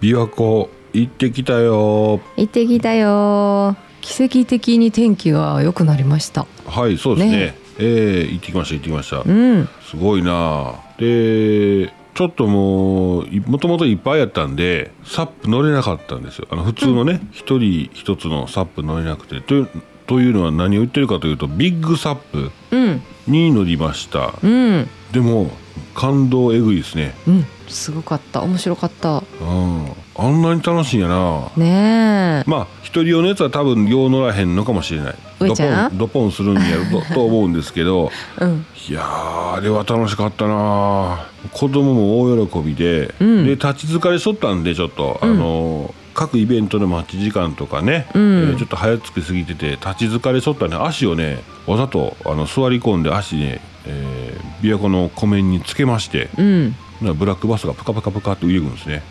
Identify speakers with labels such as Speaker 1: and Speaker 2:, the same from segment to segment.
Speaker 1: 琵琶湖行ってきたよ
Speaker 2: 行ってきたよ奇跡的に天気が良くなりました
Speaker 1: はいそうですね
Speaker 2: ね
Speaker 1: えー行ってきました行ってきました、
Speaker 2: うん
Speaker 1: すごいなでちょっともういもともといっぱいやったんでサップ乗れなかったんですよあの普通のね一、人一つのサップ乗れなくてというというのは何を言ってるかというとビッグサップ
Speaker 2: うん
Speaker 1: に乗りました、
Speaker 2: うん
Speaker 1: でも感動えぐいですね
Speaker 2: うんすごかった面白かった
Speaker 1: うんあんなに楽しいんやな
Speaker 2: ねえ
Speaker 1: まあ一人用のやつは多分よう乗らへんのかもしれない
Speaker 2: 上
Speaker 1: ド
Speaker 2: ち
Speaker 1: ポ
Speaker 2: ゃん
Speaker 1: ンドポンするんやろとと思うんですけ ど
Speaker 2: うん
Speaker 1: いやーあれは楽しかったな子供も大喜びで、
Speaker 2: うん
Speaker 1: で立ち疲れしとったんでちょっと、あのー各イベントの待ち時間とかね、
Speaker 2: う
Speaker 1: え
Speaker 2: ん
Speaker 1: ーちょっと早つきすぎてて立ち疲れしとったんで足をねわざとあの座り込んで足ね、えー、琵琶湖の湖面につけまして、
Speaker 2: うん
Speaker 1: なブラックバスがプカプカプカって泳ぐんですね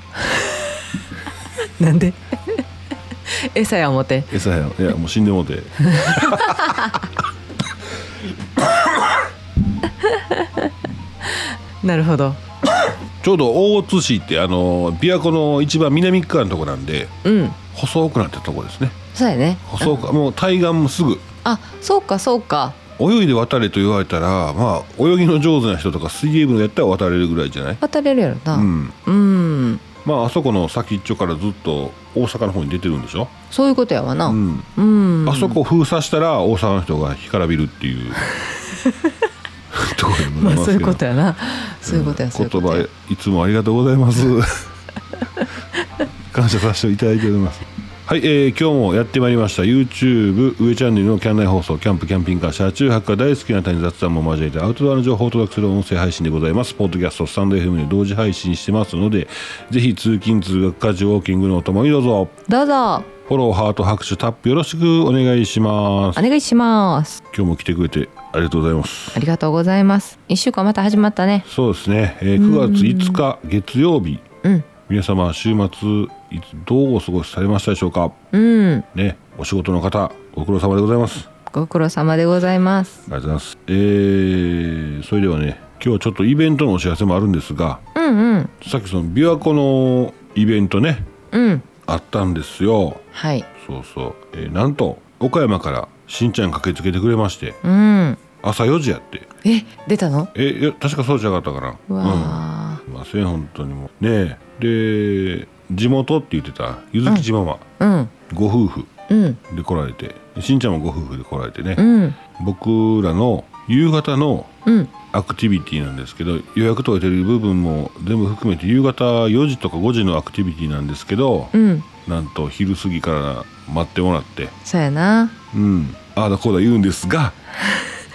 Speaker 2: なんで餌や思って
Speaker 1: 餌やいやもう死んでもうて
Speaker 2: なるほど
Speaker 1: ちょうど大津市ってあの琵琶湖の一番南側のとこなんで
Speaker 2: うん
Speaker 1: 細くなってるとこですね
Speaker 2: そうやね
Speaker 1: 細くもう対岸もすぐ
Speaker 2: あそうかそうか
Speaker 1: 泳いで渡れと言われたらまあ泳ぎの上手な人とか水泳部のやったら渡れるぐらいじゃない
Speaker 2: 渡れるやろな
Speaker 1: うん
Speaker 2: うん
Speaker 1: まああそこの先っちょからずっと大阪の方に出てるんでしょ、
Speaker 2: そういうことやわな
Speaker 1: う
Speaker 2: うん、
Speaker 1: ん、あそこを封鎖したら大阪の人が干からびるって いうところにござ
Speaker 2: まあ
Speaker 1: いますけど
Speaker 2: そういうことやなそういうことや、そういう
Speaker 1: 言
Speaker 2: ことや
Speaker 1: 葉いつもありがとうございます 感謝させていただいておりますはい、えー今日もやってまいりました YouTube 上チャンネルのキャン内放送キャンプキャンピングカー車中泊が大好きな方に雑談も交えてアウトドアの情報をお届けする音声配信でございますポッドキャストスタンド FM で同時配信してますのでぜひ通勤通学家事ウォーキングのおともにどうぞ
Speaker 2: どうぞ
Speaker 1: フォローハート拍手タップよろしくお願いします
Speaker 2: お願いします
Speaker 1: 今日も来てくれてありがとうございます
Speaker 2: ありがとうございます一週間また始まったね
Speaker 1: そうですね、えー9月5日月曜日
Speaker 2: うん
Speaker 1: 皆様週末いつどうお過ごしされましたでしょうか
Speaker 2: うん
Speaker 1: ねお仕事の方ご苦労様でございます
Speaker 2: ご苦労様でございます
Speaker 1: ありがとうございますえー、それではね今日はちょっとイベントのお知らせもあるんですが
Speaker 2: うんうん
Speaker 1: さっきその琵琶湖のイベントね
Speaker 2: うん
Speaker 1: あったんですよ
Speaker 2: はい
Speaker 1: そうそう、えーなんと岡山からしんちゃん駆けつけてくれまして
Speaker 2: うん
Speaker 1: 朝4時やって
Speaker 2: え出たの
Speaker 1: えいや確かそうじゃなかったか
Speaker 2: う
Speaker 1: な
Speaker 2: わ
Speaker 1: うんいません本当にもうねえで地元って言ってたゆずきちママ、
Speaker 2: ーうん
Speaker 1: ご夫婦
Speaker 2: うん
Speaker 1: で来られてしんちゃんもご夫婦で来られてね、
Speaker 2: うん
Speaker 1: 僕らの夕方の
Speaker 2: うん
Speaker 1: アクティビティなんですけど予約取れてる部分も全部含めて夕方4時とか5時のアクティビティなんですけど、
Speaker 2: うん
Speaker 1: なんと昼過ぎから待ってもらって、
Speaker 2: そうやな
Speaker 1: うん、ああだこうだ言うんですが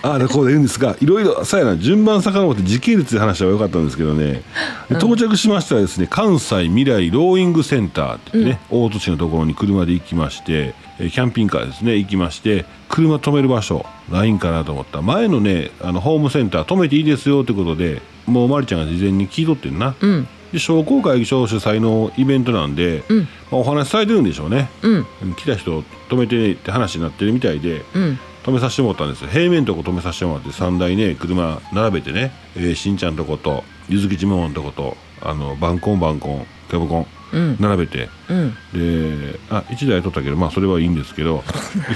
Speaker 1: ああだこうだ言うんですがいろいろさやな順番遡って時系列で話した方が良かったんですけどね、で到着しましたらですね関西未来ローイングセンターって言ってね、大津市のところに車で行きましてえーキャンピングカーですね行きまして車止める場所ないんかなと思った前のねあのホームセンター止めていいですよってことでもうまりちゃんが事前に聞いとってんな、
Speaker 2: うん
Speaker 1: で商工会議所主催のイベントなんで、
Speaker 2: うん
Speaker 1: まあお話しされてるんでしょうね、
Speaker 2: うん
Speaker 1: 来た人止めてねって話になってるみたいで、
Speaker 2: うん
Speaker 1: 止めさせてもらったんですよ平面のとこ止めさせてもらって3台ね車並べてね、えーしんちゃんとことゆずきちももんとことあのバンコンバンコンキャブコン
Speaker 2: うん
Speaker 1: 並べて
Speaker 2: うん
Speaker 1: であ1台取ったけどまあそれはいいんですけど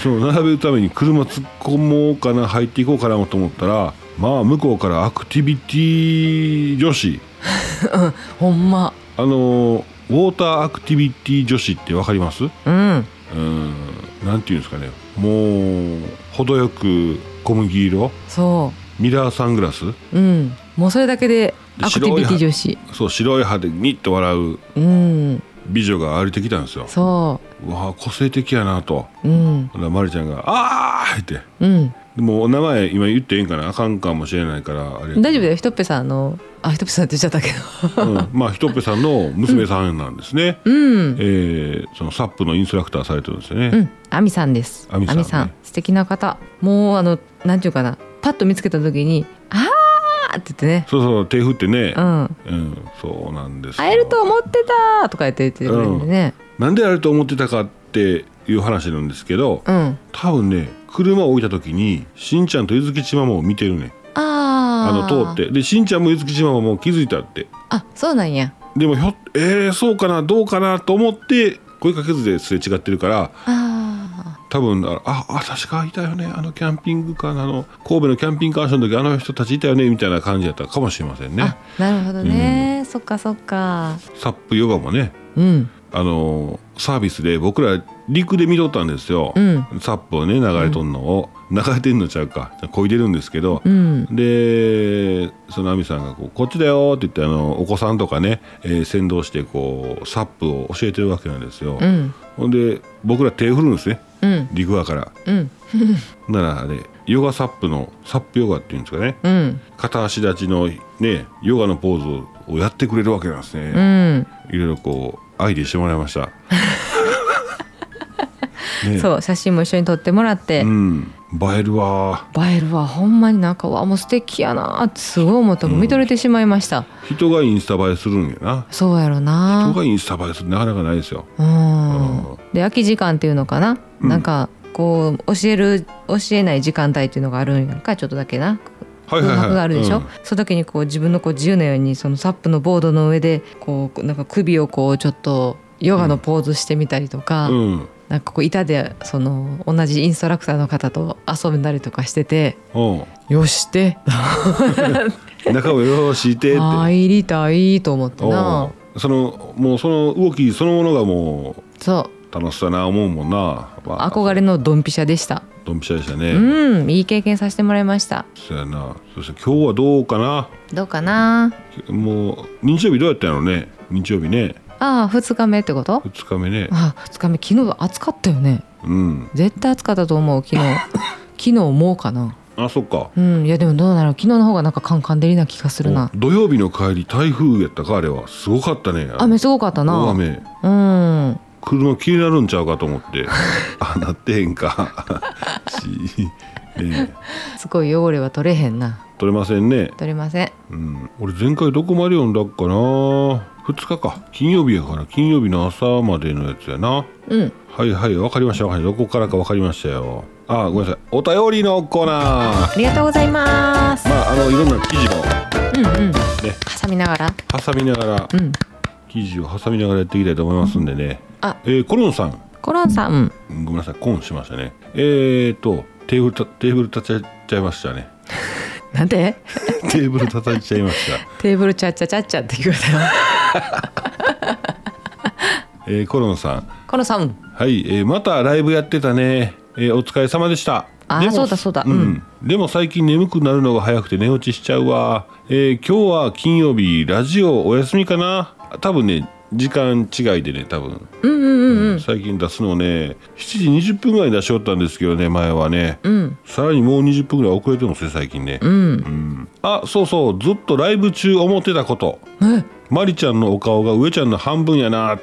Speaker 1: その並べるために車突っ込もうかな入っていこうかなと思ったらまあ向こうからアクティビティ女子
Speaker 2: ほんま
Speaker 1: あのーウォーターアクティビティ女子ってわかります
Speaker 2: うん
Speaker 1: うーんなんていうんですかねもう程よく小麦色
Speaker 2: そ
Speaker 1: ミラーサングラス
Speaker 2: ううんもうそれだけでアクティビティ女子
Speaker 1: そう白い歯でニッと笑う
Speaker 2: うん
Speaker 1: 美女が歩いてきたんですよ
Speaker 2: そう
Speaker 1: わあ個性的やなと
Speaker 2: ううん
Speaker 1: ほんならマリちゃんが「ああ!」って
Speaker 2: うん
Speaker 1: でもお名前今言っていいんかなあかんかもしれないからあれ、
Speaker 2: 大丈夫だよひとっぺさんのあひとっぺさんって言っちゃったけど
Speaker 1: うんまあひとっぺさんの娘さんなんですね、
Speaker 2: うん
Speaker 1: えーそのサップのインストラクターされてるんですよね、
Speaker 2: うん、アミさんです。
Speaker 1: アミさんね
Speaker 2: 素敵な方。もうあのなんていうかな、パッと見つけた時に、あーって言ってね、
Speaker 1: そうそう手振ってね
Speaker 2: う、ん、
Speaker 1: うんそうなんですよ
Speaker 2: 会えると思ってたとか言って言ってくれるんでね、
Speaker 1: なんであれと思ってたかっていう話なんですけど
Speaker 2: うん、
Speaker 1: 多分ね車を置いた時にしんちゃんとゆずきちまもを見てるね
Speaker 2: あ
Speaker 1: あ
Speaker 2: あ
Speaker 1: の通っ。てでしんちゃんもゆずきちまももう気づいたって
Speaker 2: あ、そうなんや。
Speaker 1: でもひょえー、そうかなどうかなと思って声かけずですれ違ってるから
Speaker 2: あ
Speaker 1: 多分ああ確かいたよねあのキャンピングカーのあの神戸のキャンピングカーショーの時あの人たちいたよねみたいな感じだったかもしれません
Speaker 2: ー
Speaker 1: ね
Speaker 2: あなるほどね、そっかそっか
Speaker 1: サップヨガもね
Speaker 2: うん
Speaker 1: あのーサービスで僕ら陸で見とったんですよ、
Speaker 2: うん
Speaker 1: サップをね流れとんのを、流れてんのちゃうかこいでるんですけど、
Speaker 2: うん
Speaker 1: でその亜美さんがこう「こっちだよ」って言ってあのお子さんとかね、えー先導してこうサップを教えてるわけなんですよ、
Speaker 2: うん
Speaker 1: ほんで僕ら手振るんですね
Speaker 2: うん
Speaker 1: 陸側から
Speaker 2: うん
Speaker 1: ならあれヨガサップのサップヨガっていうんですかね
Speaker 2: うん
Speaker 1: 片足立ちのねヨガのポーズをやってくれるわけなんです
Speaker 2: う
Speaker 1: ね、
Speaker 2: ん、
Speaker 1: いろいろこうアイデアしてもらいましたね
Speaker 2: そう写真も一緒に撮ってもらって、
Speaker 1: うん映えるわ
Speaker 2: 映えるわほんまになんかわもう素敵やなってすごい思ったもう見とれてしまいました、
Speaker 1: 人がインスタ映えするんやな
Speaker 2: そうやろ
Speaker 1: 人
Speaker 2: な
Speaker 1: がインスタ映えするってなかなかないですよ
Speaker 2: うんで空き時間っていうのかな、
Speaker 1: うん
Speaker 2: なんかこう教える教えない時間帯っていうのがあるんやんかちょっとだけな
Speaker 1: は
Speaker 2: 空白があるでしょ、その時にこう自分のこう自由なようにそのサップのボードの上でこうなんか首をこうちょっとヨガのポーズしてみたりとか、
Speaker 1: うん、うん
Speaker 2: なんかこう板でその同じインストラクターの方と遊んだりとかしてて
Speaker 1: お
Speaker 2: 「よして
Speaker 1: う中をよろしいてって
Speaker 2: 入りたい」と思って
Speaker 1: お
Speaker 2: な
Speaker 1: うそのもうその動きそのものがもう
Speaker 2: そう
Speaker 1: 楽しそうやな思うもんな、まあ
Speaker 2: 憧れのドンピシャでした
Speaker 1: ドンピシャでしたね、
Speaker 2: うんいい経験させてもらいました
Speaker 1: そうやなそして今日はどうかな
Speaker 2: どうかな
Speaker 1: もう日曜日どうやったんやろね日曜日ね
Speaker 2: ああ2日目ってこと
Speaker 1: 2日目ね
Speaker 2: ああ2日目昨日暑かったよね
Speaker 1: うん
Speaker 2: 絶対暑かったと思う昨 日昨日もうかな
Speaker 1: あそっか
Speaker 2: うんいやでもどうなの昨日の方がなんかカンカン照りな気がするな
Speaker 1: お土曜日の帰り台風やったかあれはすごかったね
Speaker 2: 雨すごかった
Speaker 1: 大
Speaker 2: な
Speaker 1: 雨
Speaker 2: うん
Speaker 1: 車気になるんちゃうかと思って あなってへんか しねえ
Speaker 2: すごい汚れは取れへんな
Speaker 1: 取れませんね
Speaker 2: 取れません
Speaker 1: うん、俺前回どこまで読んだっかな2日か金曜日やから金曜日の朝までのやつやな
Speaker 2: うん
Speaker 1: はいはいわかりましたわかりましたどこからかわかりましたよあごめんなさいお便りのコーナー
Speaker 2: ありがとうございます
Speaker 1: まああのいろんな記事を
Speaker 2: うんうん
Speaker 1: ね
Speaker 2: 挟みながら
Speaker 1: 挟みながら
Speaker 2: うん
Speaker 1: 記事を挟みながらやっていきたいと思いますんでね、
Speaker 2: あ
Speaker 1: えーコロンさん
Speaker 2: コロンさん
Speaker 1: うんごめんなさいコンしましたねえーとテーブルたテーブル立ちちゃいましたね
Speaker 2: なんで
Speaker 1: テーブル叩いちゃいました
Speaker 2: テーブルチャッチャチャッチャって言われた よ
Speaker 1: えーコロンさん
Speaker 2: コロンさん
Speaker 1: はい、えーまたライブやってたね、えーお疲れ様でした
Speaker 2: あー
Speaker 1: でも
Speaker 2: そうだそうだうん
Speaker 1: でも最近眠くなるのが早くて寝落ちしちゃうわ、えー今日は金曜日ラジオお休みかな多分ね時間違いでね多分、
Speaker 2: うんうんうんうん
Speaker 1: 最近出すのね7時20分ぐらいに出しよったんですけどね前はね、
Speaker 2: うん
Speaker 1: さらにもう20分ぐらい遅れてますね最近ね、
Speaker 2: うん
Speaker 1: あそうそうずっとライブ中思ってたこと
Speaker 2: え
Speaker 1: マリちゃんのお顔が上ちゃんの半分やな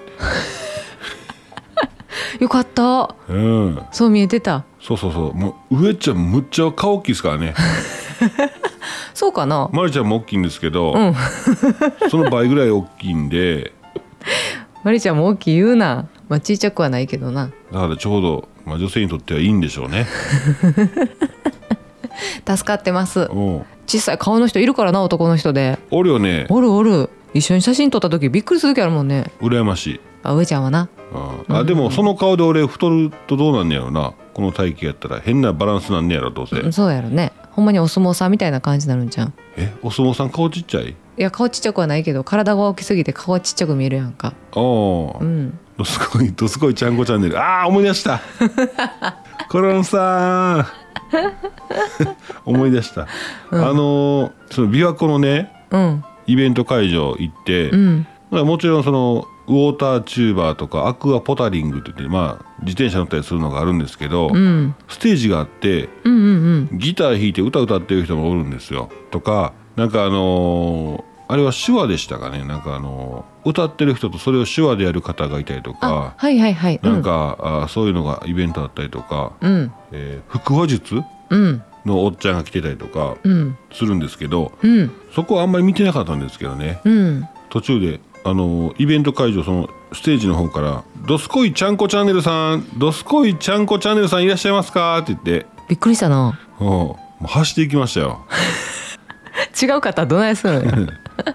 Speaker 2: よかった
Speaker 1: うん
Speaker 2: そう見えてた
Speaker 1: そうそうそうもう上ちゃんむっちゃ顔大きいですから ね
Speaker 2: そうかな
Speaker 1: まるちゃんも大きいんですけど、
Speaker 2: ん
Speaker 1: その倍ぐらい大きいんで
Speaker 2: マリちゃんも大きい言うなまあちいちゃくはないけどな
Speaker 1: だからちょうど、まあ、女性にとってはいいんでしょう ね。
Speaker 2: 助かってます
Speaker 1: うん
Speaker 2: 小さい顔の人いるからな男の人で
Speaker 1: おるよね
Speaker 2: おるおる一緒に写真撮った時びっくりする時あるもんね
Speaker 1: 羨ましい。
Speaker 2: あ上ちゃんはな
Speaker 1: うんあでもその顔で俺太るとどうなんねやろなこの体型やったら変なバランスなんねやろどうせ
Speaker 2: うんそうやろねほんまにお相撲さんみたいな感じになるんじゃん
Speaker 1: えお相撲さん顔ちっちゃい
Speaker 2: いや顔ちっちゃくはないけど体が大きすぎて顔はちっちゃく見えるやんか
Speaker 1: ああ
Speaker 2: うん
Speaker 1: どすこいどすこいちゃんこチャンネルああ思い出した コロンさん 思い出した、あのーその琵琶湖のね
Speaker 2: うん
Speaker 1: イベント会場行って、
Speaker 2: うん
Speaker 1: まあもちろんそのウォーターチューバーとかアクアポタリングって言って、まあ、自転車乗ったりするのがあるんですけど、
Speaker 2: うん
Speaker 1: ステージがあって
Speaker 2: うんうんうん
Speaker 1: ギター弾いて歌歌ってる人もおるんですよとかなんかあのーあれは手話でしたかねなんかあのー歌ってる人とそれを手話でやる方がいたりと
Speaker 2: あ
Speaker 1: か
Speaker 2: はいはいはい
Speaker 1: なんか、あーそういうのがイベントだったりとか、
Speaker 2: うん
Speaker 1: えー腹話術
Speaker 2: うん
Speaker 1: のおっちゃんが来てたりとか
Speaker 2: うん
Speaker 1: するんですけど
Speaker 2: うん
Speaker 1: そこはあんまり見てなかったんですけどね
Speaker 2: うん
Speaker 1: 途中であのイベント会場そのステージの方から「どすこいちゃんこチャンネルさんどすこいちゃんこチャンネルさんいらっしゃいますか?」って言って
Speaker 2: びっくりしたな
Speaker 1: うんもう走っていきましたよ
Speaker 2: 違うかったらどないするのよ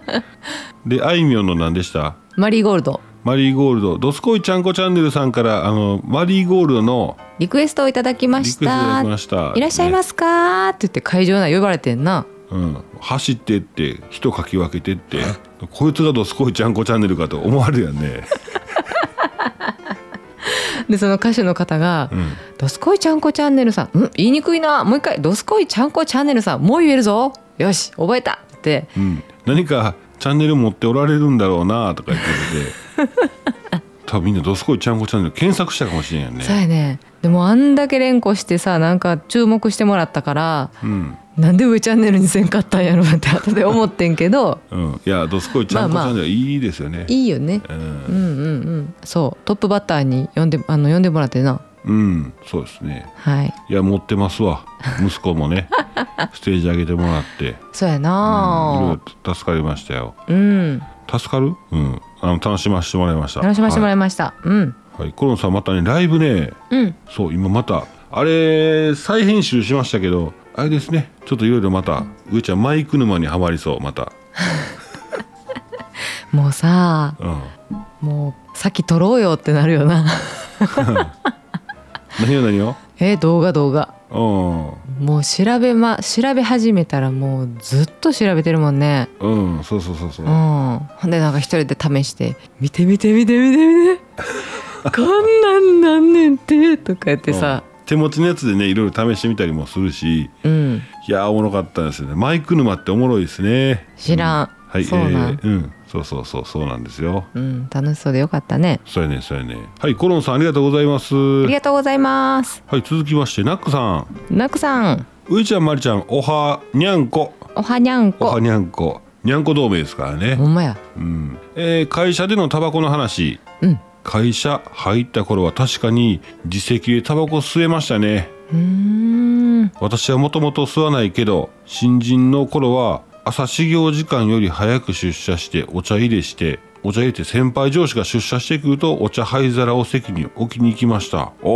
Speaker 1: であいみょんの何でした
Speaker 2: マリーゴールド
Speaker 1: マリーゴールドどすこいちゃんこチャンネルさんからあのマリーゴールドの
Speaker 2: リクエストをいただきま
Speaker 1: リクエス
Speaker 2: し
Speaker 1: トいただ
Speaker 2: た
Speaker 1: きました
Speaker 2: いらっしゃいますか、って言って会場内呼ばれてんな
Speaker 1: うん、走ってって人かき分けてってこいつがどすこいちゃんこチャンネルかと思われるやんね、
Speaker 2: でその歌手の方が
Speaker 1: うん、
Speaker 2: 「ドスコイちゃんこチャンネルさん」ん「言いにくいなもう一回ドスコイちゃんこチャンネルさんもう言えるぞよし覚えた」って
Speaker 1: うん、何かチャンネル持っておられるんだろうなとか言ってて多分みんな「どすこいちゃんこチャンネル」検索したかもしれんやん
Speaker 2: さあ
Speaker 1: ね、
Speaker 2: やねでもあんだけ連呼してさなんか注目してもらったから
Speaker 1: うん
Speaker 2: なんで上チャンネルにせんかったんやろって 後で思ってんけど
Speaker 1: うん、いや「どすこいちゃんこチャンネル」いいですよね、
Speaker 2: いいよね
Speaker 1: うん
Speaker 2: うんうんうんそうトップバッターに呼んであの呼んでもらってな
Speaker 1: うん、そうですね
Speaker 2: はい
Speaker 1: いや持ってます わ息子もねステージ上げてもらって
Speaker 2: そうや
Speaker 1: うんい
Speaker 2: な
Speaker 1: ろいろ助かりましたよ
Speaker 2: うん
Speaker 1: 助かる、うん、あの楽しませてもらいました
Speaker 2: 楽しませても
Speaker 1: は
Speaker 2: らいました、うん
Speaker 1: い、はい、コロンさんまたねライブね
Speaker 2: うん
Speaker 1: そう今またあれ再編集しましたけどあれですねちょっといろいろまた上ちゃんマイク沼にはまりそうまた
Speaker 2: もうさ
Speaker 1: うん
Speaker 2: もう先撮ろうよってなるよな
Speaker 1: 何よ何よ
Speaker 2: え動画動画
Speaker 1: う
Speaker 2: もう調べま調べ始めたらもうずっと調べてるもんね
Speaker 1: んうんそうそうそうそう
Speaker 2: うんほんでなんか一人で試して「見て見て見て見て 見てこんなんなんねんて」とか言ってさ
Speaker 1: うん手持ちのやつでねいろいろ試してみたりもするし
Speaker 2: うん
Speaker 1: いやーおもろかったですよねマイク沼っておもろいですね
Speaker 2: 知らん
Speaker 1: はい
Speaker 2: そうなん
Speaker 1: えーうんそうそうそうそうなんですよ
Speaker 2: うん楽しそうでよかったね
Speaker 1: そうやねそうやねはいコロンさんありがとうございます
Speaker 2: ありがとうございます
Speaker 1: はい続きましてナックさん
Speaker 2: ナクさん
Speaker 1: ういちゃんまりちゃんおはにゃんこ
Speaker 2: おはにゃん
Speaker 1: おは
Speaker 2: こ
Speaker 1: にゃんこにゃんこ同盟ですからね
Speaker 2: ほんまや
Speaker 1: うんえー会社でのタバコの話
Speaker 2: うん
Speaker 1: 会社入った頃は確かに自席でタバコ吸えましたね
Speaker 2: うーん
Speaker 1: 私はもともと吸わないけど新人の頃は朝始業時間より早く出社してお茶入れしてお茶入れて先輩上司が出社してくるとお茶灰皿を席に置きに行きましたおお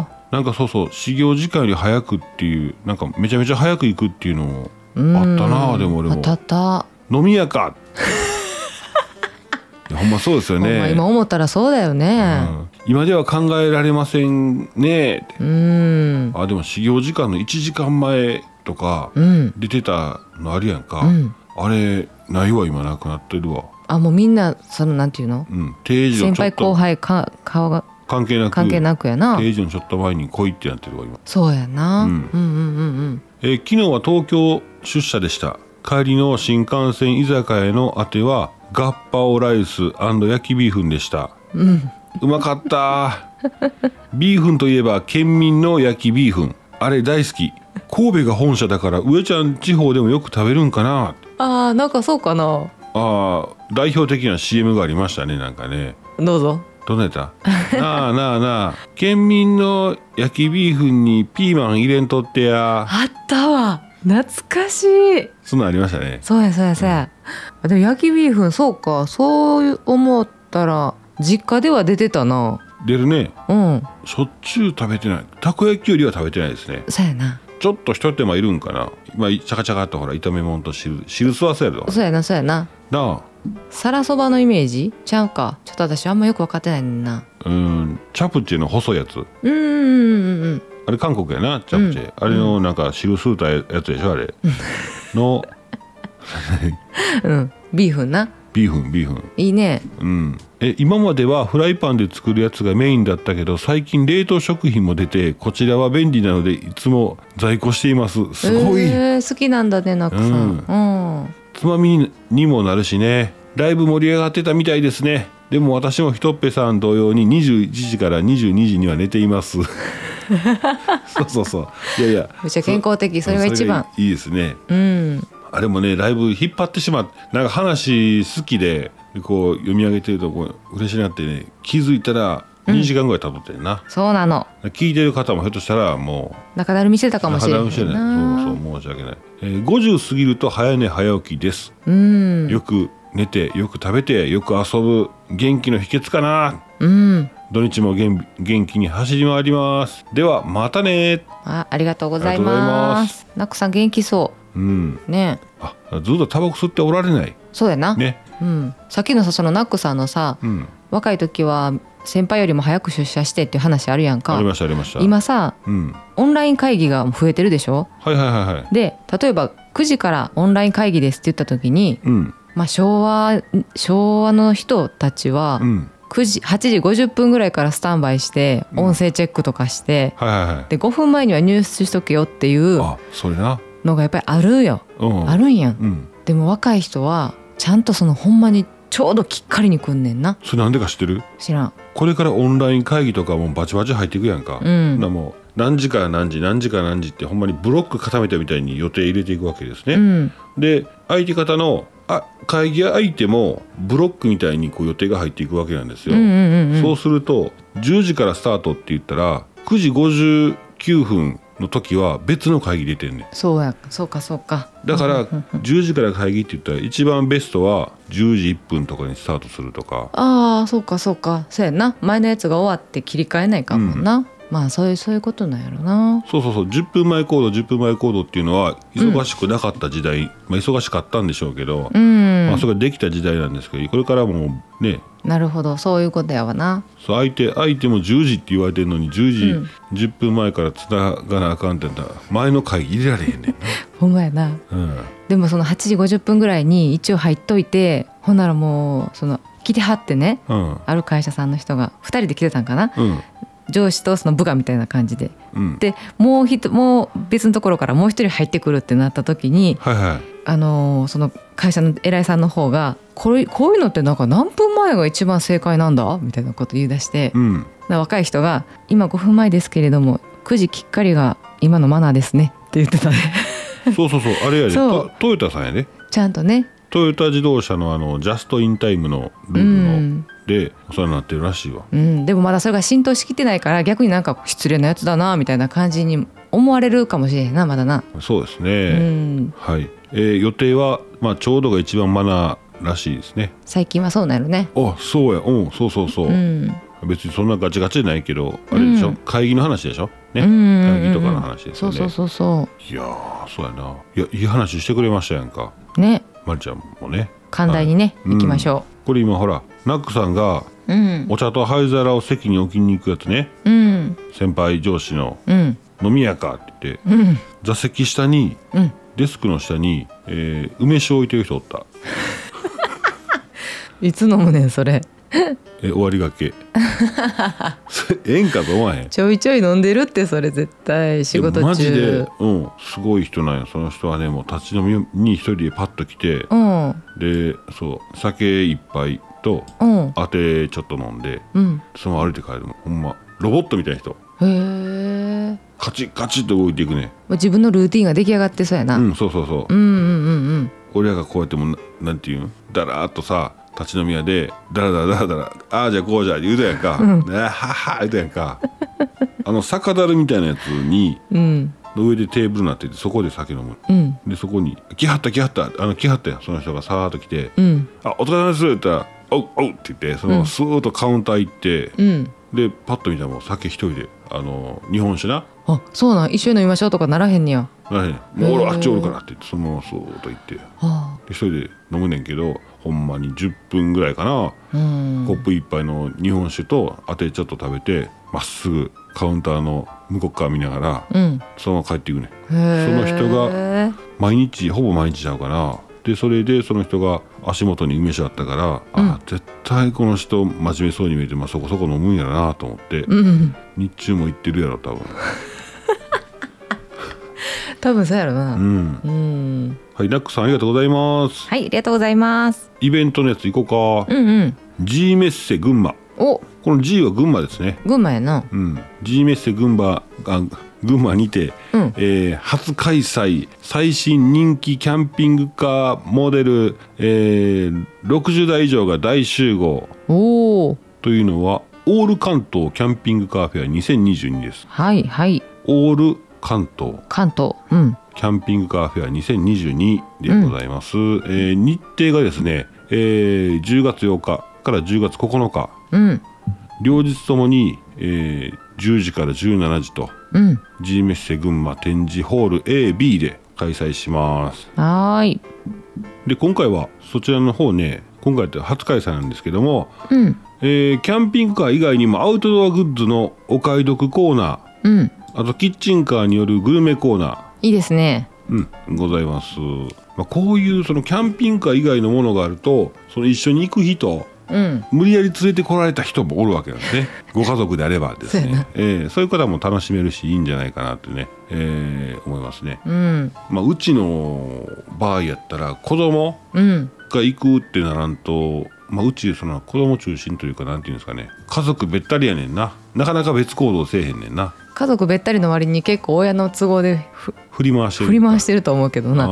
Speaker 2: おー
Speaker 1: なんかそうそう始業時間より早くっていうなんかめちゃめちゃ早く行くっていうのも
Speaker 2: うん
Speaker 1: あったなあでも俺
Speaker 2: あ
Speaker 1: も
Speaker 2: ったあった
Speaker 1: 飲み屋かいやほんまそうですよ
Speaker 2: ほんま
Speaker 1: ね
Speaker 2: 今思ったらそうだよね
Speaker 1: うん今では考えられませんねって
Speaker 2: うん
Speaker 1: あでも始業時間の1時間前とか
Speaker 2: うん
Speaker 1: 出てたのあるやんか、
Speaker 2: うん
Speaker 1: あれないわ今なくなってるわ、
Speaker 2: あもうみんなそのなんていうの
Speaker 1: うん、定時の
Speaker 2: 先
Speaker 1: ちょっと
Speaker 2: 輩後輩か顔が
Speaker 1: 関係なく
Speaker 2: 関係なくやな
Speaker 1: 定時のちょっと前に来いってなってるわ今、
Speaker 2: そうやな、
Speaker 1: う
Speaker 2: うんん、うんうんうん
Speaker 1: えー昨日は東京出社でした帰りの新幹線居酒屋のあてはガッパオライス焼きビーフンでした
Speaker 2: うん
Speaker 1: うまかったビーフンといえば県民の焼きビーフンあれ大好き神戸が本社だから上ちゃん地方でもよく食べるんかな
Speaker 2: あーなんかそうかな
Speaker 1: あー代表的な CM がありましたねなんかね
Speaker 2: どうぞ
Speaker 1: どんなやったなあなあなあ県民の焼きビーフンにピーマン入れんとってや
Speaker 2: あったわ懐かしい
Speaker 1: そんなんありましたね
Speaker 2: そうやそうやそうや、あでも焼きビーフンそうかそう思ったら実家では出てたな
Speaker 1: 出るね
Speaker 2: うん
Speaker 1: しょっちゅう食べてないたこ焼きよりは食べてないですね
Speaker 2: そうやな
Speaker 1: ちょっとひと手間いるんかなまあチャカチャカっとほら炒め物と汁汁吸わせやろ
Speaker 2: そうやなそうやな
Speaker 1: なあ
Speaker 2: 皿そばのイメージちゃうかちょっと私あんまよく分かってないねんな
Speaker 1: うんチャプチェの細いやつ
Speaker 2: うんうんうんうん
Speaker 1: あれ韓国やなチャプチェ、あれのなんか汁吸うたやつでしょあれの
Speaker 2: うん、ビーフンな。
Speaker 1: ビーフンビーフン
Speaker 2: いいね。
Speaker 1: うん、え今まではフライパンで作るやつがメインだったけど最近冷凍食品も出てこちらは便利なのでいつも在庫していますすごい、
Speaker 2: えー好きなんだね、なくさん。うん。
Speaker 1: つまみにもなるしねだいぶ盛り上がってたみたいですねでも私もひとっぺさん同様に21時から22時には寝ています そうそうそういやいや
Speaker 2: めっちゃ健康的、それが
Speaker 1: うん
Speaker 2: 一番。
Speaker 1: いいいですね
Speaker 2: うん。
Speaker 1: あれもねだいぶ引っ張ってしまってなんか話好きでこう読み上げてるとこう嬉しいなってね気づいたら2時間ぐらい経っとってんな、
Speaker 2: そうなの。
Speaker 1: 聞いてる方もひょっとしたらも
Speaker 2: 中だるみしてた
Speaker 1: う
Speaker 2: かもしれないな。
Speaker 1: してないそうそう申し訳ない、えー50過ぎると早寝早起きです、
Speaker 2: うん。
Speaker 1: よく寝てよく食べてよく遊ぶ元気の秘訣かな
Speaker 2: うん。
Speaker 1: 土日も元元気に走り回りますではまたね
Speaker 2: あ、ありがとうござい
Speaker 1: ありがとうございま
Speaker 2: ますす。なくさん元気そ
Speaker 1: うん、
Speaker 2: ね
Speaker 1: あずっとタバコ吸っておられない
Speaker 2: そうやな、
Speaker 1: ね
Speaker 2: うん、さっきのさそのナックさんのさ、
Speaker 1: うん
Speaker 2: 若い時は先輩よりも早く出社してっていう話あるやん
Speaker 1: あ
Speaker 2: か
Speaker 1: りましたありました
Speaker 2: 今さ
Speaker 1: うん
Speaker 2: オンライン会議が増えてるでしょ
Speaker 1: はいはいはいはい
Speaker 2: で例えば9時からオンライン会議ですって言った時に、
Speaker 1: うん
Speaker 2: まあ、昭和昭和の人たちは
Speaker 1: うん
Speaker 2: 9時8時50分ぐらいからスタンバイして
Speaker 1: うん
Speaker 2: 音声チェックとかして、
Speaker 1: はいはいはい
Speaker 2: で5分前には入室しとけよっていう
Speaker 1: あそれな
Speaker 2: のがやっぱりあるよ
Speaker 1: うん
Speaker 2: あるんやん
Speaker 1: うん
Speaker 2: でも若い人はちゃんとそのほんまにちょうどきっかりに来んねんな
Speaker 1: それなんでか知ってる
Speaker 2: 知らん
Speaker 1: これからオンライン会議とかもバチバチ入っていくやんか、
Speaker 2: うん
Speaker 1: なもう何時から何時何時から何時ってほんまにブロック固めたみたいに予定入れていくわけです
Speaker 2: う
Speaker 1: ね、
Speaker 2: ん
Speaker 1: で相手方のあ会議相手もブロックみたいにこう予定が入っていくわけなんです
Speaker 2: うん
Speaker 1: よ、
Speaker 2: うんうんう
Speaker 1: そ
Speaker 2: ん
Speaker 1: うすると10時からスタートって言ったら9時59分の時は別の会議出てんねん
Speaker 2: そうやそうかそうか
Speaker 1: だから10時から会議って言ったら一番ベストは10時1分とかにスタートするとか
Speaker 2: ああそうかそうかそうやな前のやつが終わって切り替えないかもな、まあそういうそういうことなんやろな
Speaker 1: そうそうそう10分前行動10分前行動っていうのは忙しくなかった時代、まあ、忙しかったんでしょうけど、
Speaker 2: うん、
Speaker 1: まあ、それができた時代なんですけどこれからもうね
Speaker 2: なるほどそういうことやわな
Speaker 1: そう相手相手も10時って言われてるのに
Speaker 2: う
Speaker 1: 10
Speaker 2: ん
Speaker 1: 時10分前からつながなあかんってなったら前の会議入れられへんねん
Speaker 2: ほんまやな
Speaker 1: な、うん、
Speaker 2: でもその8時50分ぐらいに一応入っといてほんならもうその来てはってね
Speaker 1: うん
Speaker 2: ある会社さんの人が2人で来てたんかな
Speaker 1: うん
Speaker 2: 上司とその部下みたいな感じで
Speaker 1: うん
Speaker 2: でもうひともう別のところからもう一人入ってくるってなった時に
Speaker 1: はいはい
Speaker 2: あのーその会社の偉いさんの方がこれこういうのってなんか何分前が一番正解なんだみたいなこと言い出して、
Speaker 1: うん
Speaker 2: な若い人が「今5分前ですけれども9時きっかりが今のマナーですね」って言ってたね
Speaker 1: そうそうそうあれやで
Speaker 2: そ
Speaker 1: ト
Speaker 2: う
Speaker 1: トヨタさんやね
Speaker 2: ちゃんとね
Speaker 1: トヨタ自動車のあのジャストインタイムのルールの、
Speaker 2: うん
Speaker 1: でお世話になってるらしいわ
Speaker 2: うん、でもまだそれが浸透しきってないから逆になんか失礼なやつだなみたいな感じに思われるかもしれへんなまだな、
Speaker 1: そうですね、
Speaker 2: うん
Speaker 1: はい、えー予定は、まあ、ちょうどが一番マナーらしいですね
Speaker 2: 最近はそうなるね
Speaker 1: あそうやうんそうそうそう、
Speaker 2: うん
Speaker 1: 別にそんなガチガチじゃないけどあれでしょ、
Speaker 2: うん
Speaker 1: 会議の話でしょね、
Speaker 2: うんうんうんうん
Speaker 1: 会議とかの話です
Speaker 2: そ
Speaker 1: よ
Speaker 2: う
Speaker 1: ね
Speaker 2: そうそうそ
Speaker 1: いやーそうやないやいい話してくれましたやんか
Speaker 2: うね
Speaker 1: まるちゃんもね
Speaker 2: 寛大にね、
Speaker 1: はい
Speaker 2: 行きましょ
Speaker 1: これ今ほらナックさんが
Speaker 2: ううん
Speaker 1: お茶と灰皿を席に置きに行くやつね
Speaker 2: うん
Speaker 1: 先輩上司の
Speaker 2: うん
Speaker 1: 飲み屋かって言って
Speaker 2: うん
Speaker 1: 座席下に
Speaker 2: うん
Speaker 1: デスクの下に、えー梅酒を置いてる人おった、
Speaker 2: いつ飲むねんそれ
Speaker 1: え終わりが けそれええんかと思わへん
Speaker 2: ちょいちょい飲んでるってそれ絶対仕事
Speaker 1: い
Speaker 2: 中
Speaker 1: やマジで、うん、すごい人なんやその人はねもう立ち飲みに一人でパッと来て
Speaker 2: うん
Speaker 1: でそう酒一杯と
Speaker 2: うん
Speaker 1: あてちょっと飲んで
Speaker 2: うん
Speaker 1: そのまま歩いて帰るのほんまロボットみたいな人
Speaker 2: へえ
Speaker 1: カチッカチッと動いていくね
Speaker 2: 自分のルーティンが出来上がってそうやな、
Speaker 1: うんそうそうそう、
Speaker 2: うんうんうんうん
Speaker 1: 俺らがこうやってもななんていうんだらーっとさ立ち飲み屋でだらだらだらだらああじゃあこうじゃって言うたやんか、ねはっは言うたやんかあの酒樽みたいなやつに
Speaker 2: うん
Speaker 1: の上でテーブルになっててそこで酒飲む
Speaker 2: うん
Speaker 1: でそこに「来はった来はった」あの来はったやんその人がさーっと来て
Speaker 2: うん
Speaker 1: 「あお疲れ様です」って言ったら「おうおう」って言ってそのスーッとカウンター行って、
Speaker 2: うん
Speaker 1: でパッと見たらもう酒一人であの日本酒な
Speaker 2: あそうなん一緒に飲みましょうとかならへんねや
Speaker 1: なへんもう
Speaker 2: へ
Speaker 1: 俺
Speaker 2: ー
Speaker 1: あっちおるからって言ってそのままスーッと行ってで
Speaker 2: あ
Speaker 1: 一人で飲むねんけどほんまに10分ぐらいかな、
Speaker 2: あうん
Speaker 1: コップ一杯の日本酒とあてちょっと食べてまっすぐカウンターの向こう側見ながら
Speaker 2: うん
Speaker 1: そのまま帰っていくねん
Speaker 2: その
Speaker 1: その人が毎日ほぼ毎日ちゃうかなでそれでその人が足元に梅酒あったから、あ絶対この人真面目そうに見えて、まあ、そこそこ飲むんやろなと思って、
Speaker 2: うん
Speaker 1: 日中も行ってるやろ多分
Speaker 2: 多分そうやろ
Speaker 1: う
Speaker 2: な、
Speaker 1: ん
Speaker 2: うん、
Speaker 1: はいナックさんありがとうございます
Speaker 2: はいありがとうございます
Speaker 1: イベントのやつ行こう
Speaker 2: う
Speaker 1: か、
Speaker 2: んうん
Speaker 1: G メッセ群馬
Speaker 2: お
Speaker 1: この G は群馬ですね
Speaker 2: 群馬やな
Speaker 1: うん G メッセ群馬あ群馬にて、
Speaker 2: うん
Speaker 1: えー初開催最新人気キャンピングカーモデル、えー60代以上が大集合
Speaker 2: おお
Speaker 1: というのはオール関東キャンピングカーフェア2022です
Speaker 2: はいはい
Speaker 1: オール関東
Speaker 2: 関東うん
Speaker 1: キャンピングカーフェア2022でございます、えー日程がですね、えー10月8日から10月9日
Speaker 2: うん
Speaker 1: 両日ともに、えー10時から17時と
Speaker 2: うん
Speaker 1: G メッセ群馬展示ホール AB で開催します
Speaker 2: はーい
Speaker 1: で今回はそちらの方ね今回って初開催なんですけども、
Speaker 2: うん
Speaker 1: えーキャンピングカー以外にもアウトドアグッズのお買い得コーナ
Speaker 2: うん
Speaker 1: ーあとキッチンカーによるグルメコーナ
Speaker 2: いいですね
Speaker 1: ー、うん、ございます、まあ、こういうそのキャンピングカー以外のものがあるとその一緒に行く人
Speaker 2: うん
Speaker 1: 無理やり連れてこられた人もおるわけなんです ねご家族であればです
Speaker 2: そうや
Speaker 1: ね、えーそういう方も楽しめるしいいんじゃないかなってね、えー思いますね、
Speaker 2: うん
Speaker 1: まあ、うちの場合やったら子供
Speaker 2: うん
Speaker 1: が行くってならんと、まあ、うちその子供中心というかなんていうんですかね家族べったりやねんななかなか別行動せえへんねんな
Speaker 2: 家族べったりの割に結構親の都合でふ
Speaker 1: 振り回してる
Speaker 2: 振り回してると思うけどな
Speaker 1: あ
Speaker 2: う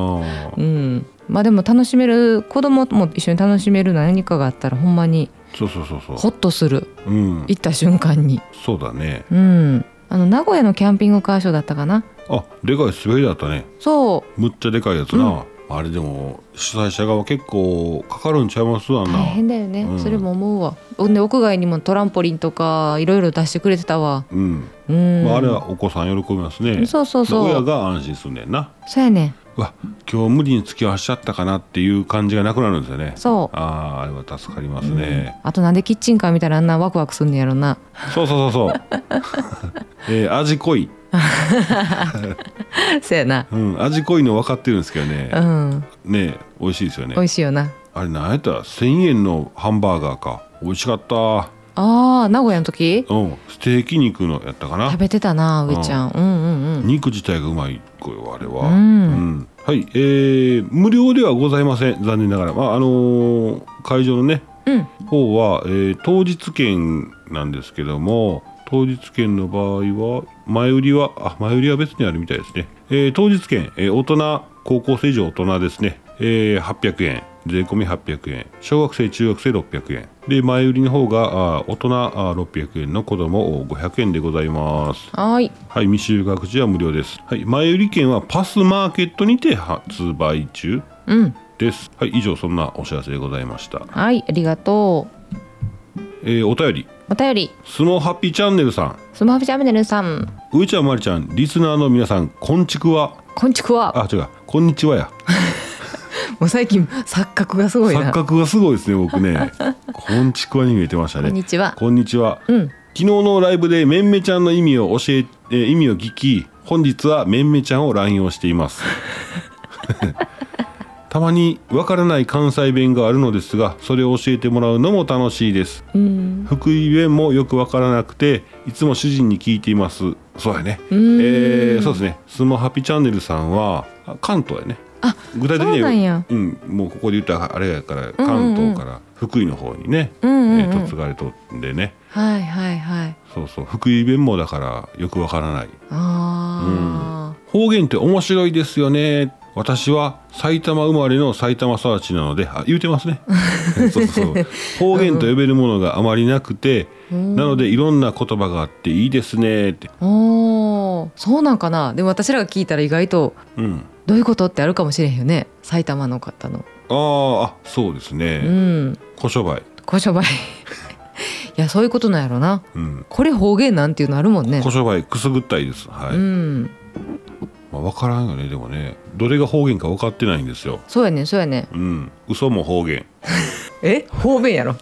Speaker 1: ー
Speaker 2: んまあでも楽しめる子供も一緒に楽しめる何かがあったらほんまに
Speaker 1: そうそうそうそ
Speaker 2: ホッとする
Speaker 1: ううん
Speaker 2: 行った瞬間に
Speaker 1: そうだね
Speaker 2: うんあの名古屋のキャンピングカーショーだったかな
Speaker 1: あでかい滑りだったね
Speaker 2: そ
Speaker 1: むっちゃでかいやつな、あれでも主催者側結構かかるんちゃいますわ
Speaker 2: う
Speaker 1: な
Speaker 2: 大変だよね、
Speaker 1: うん
Speaker 2: それも思うわほんで屋外にもトランポリンとかいろいろ出してくれてたわ
Speaker 1: うん、
Speaker 2: うん、
Speaker 1: まあ、あれはお子さん喜びますね
Speaker 2: そうそうそう
Speaker 1: 親が安心すんねんな
Speaker 2: そうやねん
Speaker 1: うわ今日無理に突き合しちゃったかなっていう感じがなくなるんですよね
Speaker 2: そう
Speaker 1: あああれは助かりますね、
Speaker 2: あとなんでキッチンカーみたいなあんなワクワクすんねやろな
Speaker 1: そうそうそうそうえー味濃い、
Speaker 2: そうやな
Speaker 1: うん、味濃いの分かってるんですけど
Speaker 2: う
Speaker 1: ね
Speaker 2: ん
Speaker 1: ね美味しいですよね
Speaker 2: 美味しいよな
Speaker 1: あれなんやったら1,000円のハンバーガーか美味しかった
Speaker 2: あー名古屋の時
Speaker 1: うんステーキ肉のやったかな
Speaker 2: 食べてたな上ちゃんうんうん
Speaker 1: 肉自体がうまいこれはあれは、
Speaker 2: うん
Speaker 1: んはいえー無料ではございません残念ながら、まああのー会場のね
Speaker 2: うんうん
Speaker 1: 方は、えー当日券なんですけども当日券の場合は前売りはあ前売りは別にあるみたいですね、えー当日券、えー大人高校生以上大人ですね、えー800円税込み800円小学生中学生600円で前売りの方があー大人あー600円の子供お500円でございます
Speaker 2: はーい
Speaker 1: はい、未就学児は無料です。はい、前売り券はパスマーケットにて発売中
Speaker 2: うん
Speaker 1: です。はい、以上そんなお知らせでございました。
Speaker 2: はいありがとう
Speaker 1: えーお便り、
Speaker 2: お便り
Speaker 1: スモハッピーチャンネルさん、
Speaker 2: スマホチャンネルさん
Speaker 1: ういちゃんまりちゃん、リスナーの皆さん、こんちくわ。
Speaker 2: こんちくわ
Speaker 1: あ、違う、こんにちはや。
Speaker 2: もう最近錯覚がすごいな
Speaker 1: 錯覚がすごいですね、僕ね。こんちくわに見えてました
Speaker 2: こん
Speaker 1: ね。
Speaker 2: にちは
Speaker 1: こんにちは。
Speaker 2: うん
Speaker 1: 昨日のライブでめんめちゃんの意味を教え、えー意味を聞き本日はめんめちゃんを乱用してい ますたまにわからない関西弁があるのですがそれを教えてもらうのも楽しいです
Speaker 2: うん
Speaker 1: 福井弁もよくわからなくていつも主人に聞いていますそうやねえ
Speaker 2: ん
Speaker 1: ーそうですねスマハピチャンネルさんはあ関東やね
Speaker 2: あ
Speaker 1: 具体的に
Speaker 2: そう
Speaker 1: は
Speaker 2: なんや
Speaker 1: うん、もうここで言ったらあれやから関東から福井の方にね
Speaker 2: うんうんうん
Speaker 1: えー嫁がれとんでね
Speaker 2: はいはいはい
Speaker 1: そうそう福井弁もだからよくわからない
Speaker 2: あ
Speaker 1: 方言って面白いですよね私は埼玉生まれの埼玉育ちなのであ言うて ますねそうそう方言と呼べるものがあまりなくて、なのでいろんな言葉があっていいですねって
Speaker 2: ー、おーそうなんかなでも私らが聞いたら意外と
Speaker 1: うん
Speaker 2: どういうことってあるかもしれんよね埼玉の方の
Speaker 1: あーあそうです
Speaker 2: う
Speaker 1: ね
Speaker 2: ん
Speaker 1: 小商売、
Speaker 2: 小商売 いやそういうことなんやろな
Speaker 1: うん、
Speaker 2: これ方言なんていうのあるもんね
Speaker 1: 小商売くすぐったいですはい、
Speaker 2: うん
Speaker 1: まあ、分からんよねでもねどれが方言か分かってないんですよ
Speaker 2: そうやねそうやね
Speaker 1: うん嘘も方言
Speaker 2: え方言やろ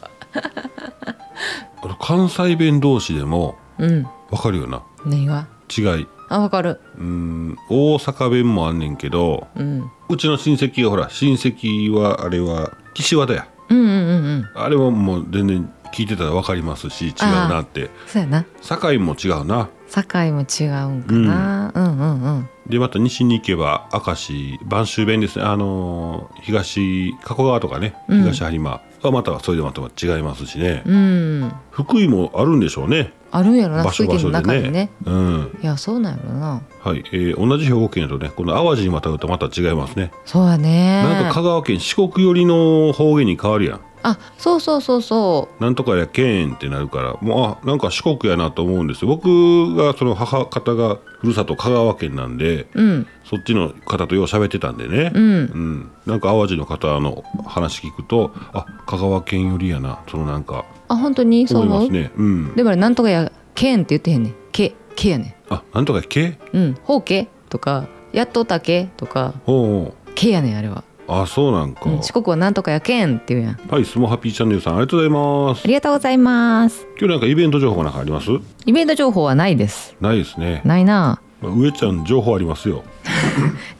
Speaker 1: あの関西弁同士でも
Speaker 2: うん
Speaker 1: 分かるよな
Speaker 2: 何が
Speaker 1: 違い
Speaker 2: あわかる
Speaker 1: うーん大阪弁もあんねんけど
Speaker 2: うん
Speaker 1: うちの親戚がほら親戚はあれは岸和田や
Speaker 2: うんうんうんうん
Speaker 1: あれはもう全然聞いてたら分かりますし違うなって
Speaker 2: そうやな
Speaker 1: 堺も違うな
Speaker 2: 堺も違うんかな、うん、うんうん
Speaker 1: でまた西に行けば明石播州弁ですねあのー東加古川とかね
Speaker 2: うん
Speaker 1: 東播磨はまたはそれでまた違いますしね、
Speaker 2: うん
Speaker 1: 福井もあるんでしょうね
Speaker 2: あるんやろな
Speaker 1: 場所
Speaker 2: 福井
Speaker 1: 場
Speaker 2: 県の
Speaker 1: 所で
Speaker 2: 中
Speaker 1: ね
Speaker 2: にね
Speaker 1: うん
Speaker 2: いやそうなんやろな
Speaker 1: はいえー同じ兵庫県だとねこの淡路にまたぐとまた違いますね
Speaker 2: そうやね
Speaker 1: なんか香川県四国寄りの方言に変わるやん
Speaker 2: あそうそうそうそ
Speaker 1: なんとかやけんってなるからもうあなんか四国やなと思うんですよ僕がその母方がふるさと香川県なんで
Speaker 2: ううん
Speaker 1: そっちの方とよう喋ってたんでね、
Speaker 2: う
Speaker 1: うん
Speaker 2: ん
Speaker 1: なんか淡路の方の話聞くとあ香川県寄りやなそのなんか
Speaker 2: あ本当にそう
Speaker 1: 思いま
Speaker 2: 思う
Speaker 1: すねうん
Speaker 2: でもあれなんとかやけんって言ってへんねんけけやね
Speaker 1: あなんとかやけ
Speaker 2: んうんほうけとか「やっとたけ」とか
Speaker 1: おうおう
Speaker 2: 「け」やねんあれは、
Speaker 1: あそうなんか、
Speaker 2: うん四国はなんとかやけんっていうやんあ
Speaker 1: はいスモハピーチャンネルさんありがとうございます
Speaker 2: りがとうございます
Speaker 1: 今日なんかイベント情報なんかあります
Speaker 2: イベント情報はないです
Speaker 1: ないですね、
Speaker 2: ないな
Speaker 1: まあ、上ちゃん情報ありますよ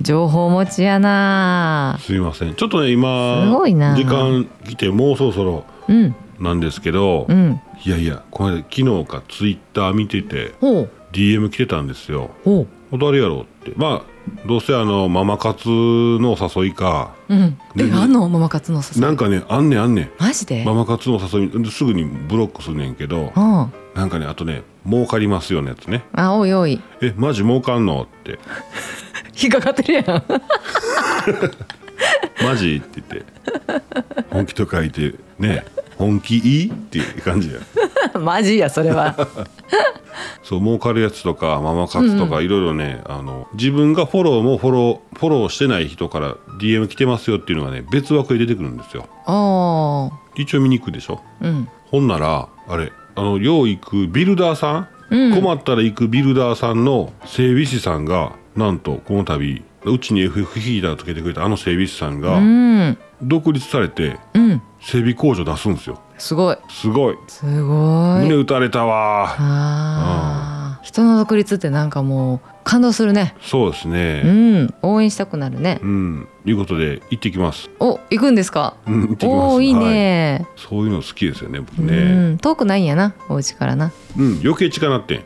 Speaker 2: 情報持ちやな
Speaker 1: すいませんちょっとね今
Speaker 2: すごいな
Speaker 1: 時間来てもうそろそろ
Speaker 2: うん
Speaker 1: なんですけど、
Speaker 2: うん
Speaker 1: いやいやこの間昨日かツイッター見てて
Speaker 2: ほう
Speaker 1: DM 来てたんですよ
Speaker 2: ほ
Speaker 1: 誰やろうってまあどうせあのママ活の誘いか
Speaker 2: ううん
Speaker 1: で
Speaker 2: えあんのママ活の誘い
Speaker 1: なんかねあんねんあんね
Speaker 2: マジで、
Speaker 1: んママ活の誘いすぐにブロックすんねんけど
Speaker 2: うん
Speaker 1: なんかねあとね儲かりますよねやつね
Speaker 2: あおいおい
Speaker 1: えマジ儲かんのって
Speaker 2: 引っかかってるやん
Speaker 1: マジって言って本気と書いてね本気いいっていう感じや
Speaker 2: マジやそれ は
Speaker 1: そう儲かるやつとかママ活とかいろいろね、あの自分がフォローもフォローフォローしてない人から DM 来てますよっていうのがね別枠で出てくるんですよ
Speaker 2: おー
Speaker 1: 一応見に行くでしょ
Speaker 2: うん
Speaker 1: ほんならあれあのよう行くビルダーさん、
Speaker 2: うん
Speaker 1: 困ったら行くビルダーさんの整備士さんがなんとこの度うちに FF ヒーターつけてくれたあの整備士さん
Speaker 2: う
Speaker 1: が
Speaker 2: ん
Speaker 1: 独立されて
Speaker 2: うん
Speaker 1: 整備工場出すんですよ
Speaker 2: すごい
Speaker 1: すごい
Speaker 2: すごい
Speaker 1: 胸打たれたわ
Speaker 2: あー人の独立ってなんかもう感動するね
Speaker 1: そうです
Speaker 2: う
Speaker 1: ね
Speaker 2: ん応援したくなるね
Speaker 1: うんいうことで行ってきます
Speaker 2: お行くんですか
Speaker 1: うん行ってきます
Speaker 2: おーいい
Speaker 1: はい
Speaker 2: ね、
Speaker 1: そういうの好きですよね僕
Speaker 2: う
Speaker 1: ね
Speaker 2: ん遠くないんやなお家からな
Speaker 1: うん、余計近なってん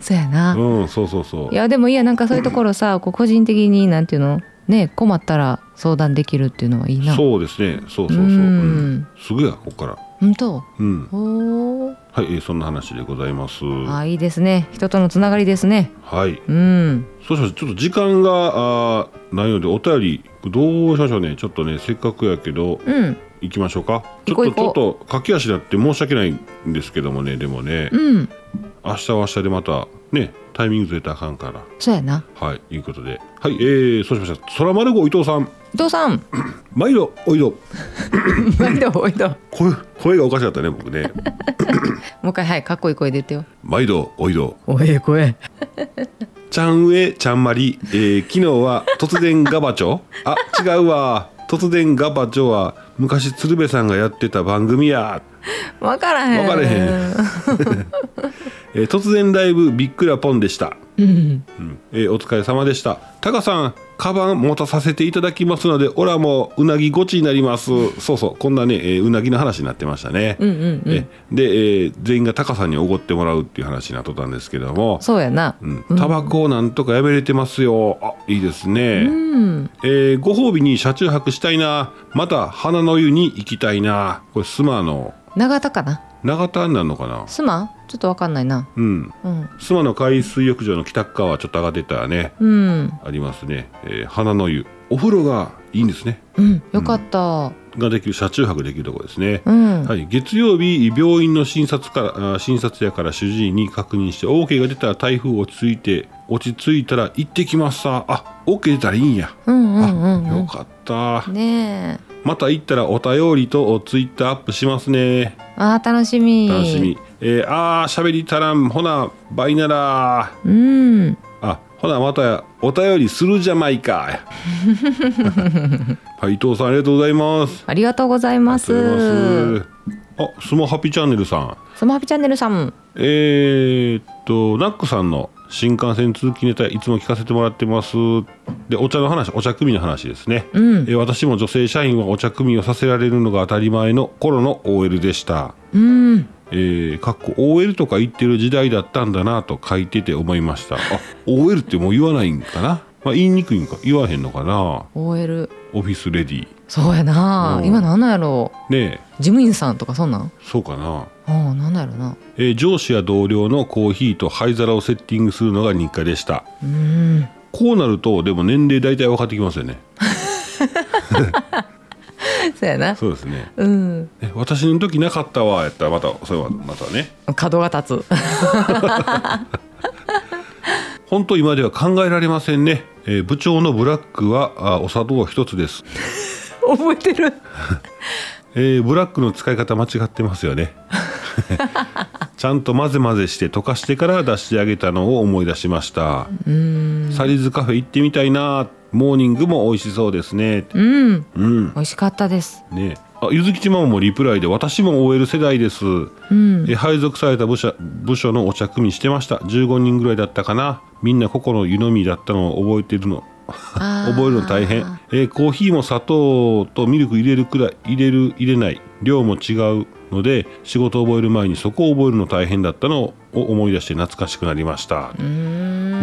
Speaker 2: そうやな、
Speaker 1: うんそうそうそう
Speaker 2: いやでもいやなんかそういうところさこう個人的になんていうのね困ったら相談できるっていうのはいいなう
Speaker 1: そうですねそうそうそう、
Speaker 2: うん
Speaker 1: うんすぐやこっから
Speaker 2: 本当
Speaker 1: うん
Speaker 2: おー
Speaker 1: はい、えーそんな話でございます。は
Speaker 2: あいいですね人とのつながりですね
Speaker 1: い、
Speaker 2: うん
Speaker 1: そうしましょう。ちょっと時間があーないので、お便りどうしましょうね。ちょっとね、せっかくやけど、
Speaker 2: うん
Speaker 1: 行きましょうか。ち
Speaker 2: 行
Speaker 1: ょ
Speaker 2: こ
Speaker 1: っと
Speaker 2: う
Speaker 1: ちょ
Speaker 2: 行こ
Speaker 1: っ
Speaker 2: う
Speaker 1: と駆け足だって申し訳ないんですけどもね。でもね、
Speaker 2: うん
Speaker 1: 明日は明日でまたね、タイミングずれたらあかんから。
Speaker 2: そうやな
Speaker 1: はい、いうことで、はい、えー、そうしました。空丸号伊藤さん、
Speaker 2: 伊 藤さん
Speaker 1: 毎度おいど。
Speaker 2: 毎度おいども
Speaker 1: 声声がおかしかったね、僕 ね。
Speaker 2: う一回はいかっこいい声で言ってよ
Speaker 1: 毎度おいど。
Speaker 2: おえ声
Speaker 1: ちゃんうえちゃんまり、えー昨日は突然ガバチョあ違うわ突然ガバチョは昔鶴瓶さんがやってた番組や、
Speaker 2: 分からへん
Speaker 1: わからへんえー突然ライブびっくらポンでした、
Speaker 2: うん
Speaker 1: うんえーお疲れ様でしたタカさんカバン持たさせていただきますのでオラもうなぎごちになりますそうそうこんなね、えーうなぎの話になってましたね、
Speaker 2: うんうんうん
Speaker 1: えで、えー全員がタカさんにおごってもらうっていう話になっとったんですけども
Speaker 2: そうやな
Speaker 1: うんタバコをなんとかやめれてますよあいいですね、
Speaker 2: うん
Speaker 1: えーご褒美に車中泊したいなまた花の湯に行きたいなこれスマの
Speaker 2: 長田かな
Speaker 1: 長田になるのかな
Speaker 2: すまんちょっと分かんないな
Speaker 1: うん
Speaker 2: うん
Speaker 1: スマの海水浴場の北側はちょっと上がってたらね
Speaker 2: うん
Speaker 1: ありますね、えー花の湯お風呂がいいんですね
Speaker 2: うんよかった
Speaker 1: ができる車中泊できるところですね、
Speaker 2: うん
Speaker 1: はい、月曜日病院の診察からあ診察やから主治医に確認して OK が出たら台風落ち着いて落ち着いたら行ってきますさあ OK 出たらいいんや、
Speaker 2: うんうんう
Speaker 1: あよ
Speaker 2: ん
Speaker 1: かった
Speaker 2: うんねえ
Speaker 1: また行ったらお便りとツイッターアップしますね
Speaker 2: あー楽しみ
Speaker 1: 楽しみ、えーあーしゃべりたらんほなバイなら
Speaker 2: うん
Speaker 1: あほなまたお便りするじゃない かはい伊藤さんありがとうございます
Speaker 2: ありがとうございます
Speaker 1: ありがとうございますあスモハピチャンネルさん
Speaker 2: スマハピチャンネルさん
Speaker 1: えー、っとナックさんの新幹線通勤ネタいつも聞かせてもらってますでお茶の話お茶組の話ですね、
Speaker 2: うん
Speaker 1: えー私も女性社員はお茶組をさせられるのが当たり前の頃の OL でした
Speaker 2: うん
Speaker 1: えー、かっこ OL とか言ってる時代だったんだなと書いてて思いましたあ OL ってもう言わないんかな、まあ、言いにくいんか言わへんのかな
Speaker 2: OL
Speaker 1: オフィスレディ
Speaker 2: そうやな
Speaker 1: うん
Speaker 2: 今なんなんやろう
Speaker 1: ねえ
Speaker 2: 事務員さんとかそんなん
Speaker 1: そうかな、
Speaker 2: あーなんなんやろうな
Speaker 1: えー上司や同僚のコーヒーと灰皿をセッティングするのが日課でした
Speaker 2: うん
Speaker 1: こうなるとでも年齢大体分かってきますよね
Speaker 2: そうやな
Speaker 1: そうですね
Speaker 2: うん
Speaker 1: え私の時なかったわやったらまたそれはまたね
Speaker 2: 角が立つ
Speaker 1: 本当今では考えられませんね、えー部長のブラックはあお砂糖一つです
Speaker 2: 覚えてる
Speaker 1: えーブラックの使い方間違ってますよねちゃんと混ぜ混ぜして溶かしてから出してあげたのを思い出しましたサリーズカフェ行ってみたいなモーニングも美味しそうですね
Speaker 2: うん
Speaker 1: うん
Speaker 2: 美味しかったです
Speaker 1: ねあゆずきちママもリプライで私も OL 世代です、え配属された部署部署のお茶組みしてました15人ぐらいだったかなみんな個々の湯飲みだったのを覚えてるの
Speaker 2: あー
Speaker 1: 覚えるの大変、えーコーヒーも砂糖とミルク入れるくらい入れる入れない量も違うので仕事を覚える前にそこを覚えるの大変だったのを思い出して懐かしくなりました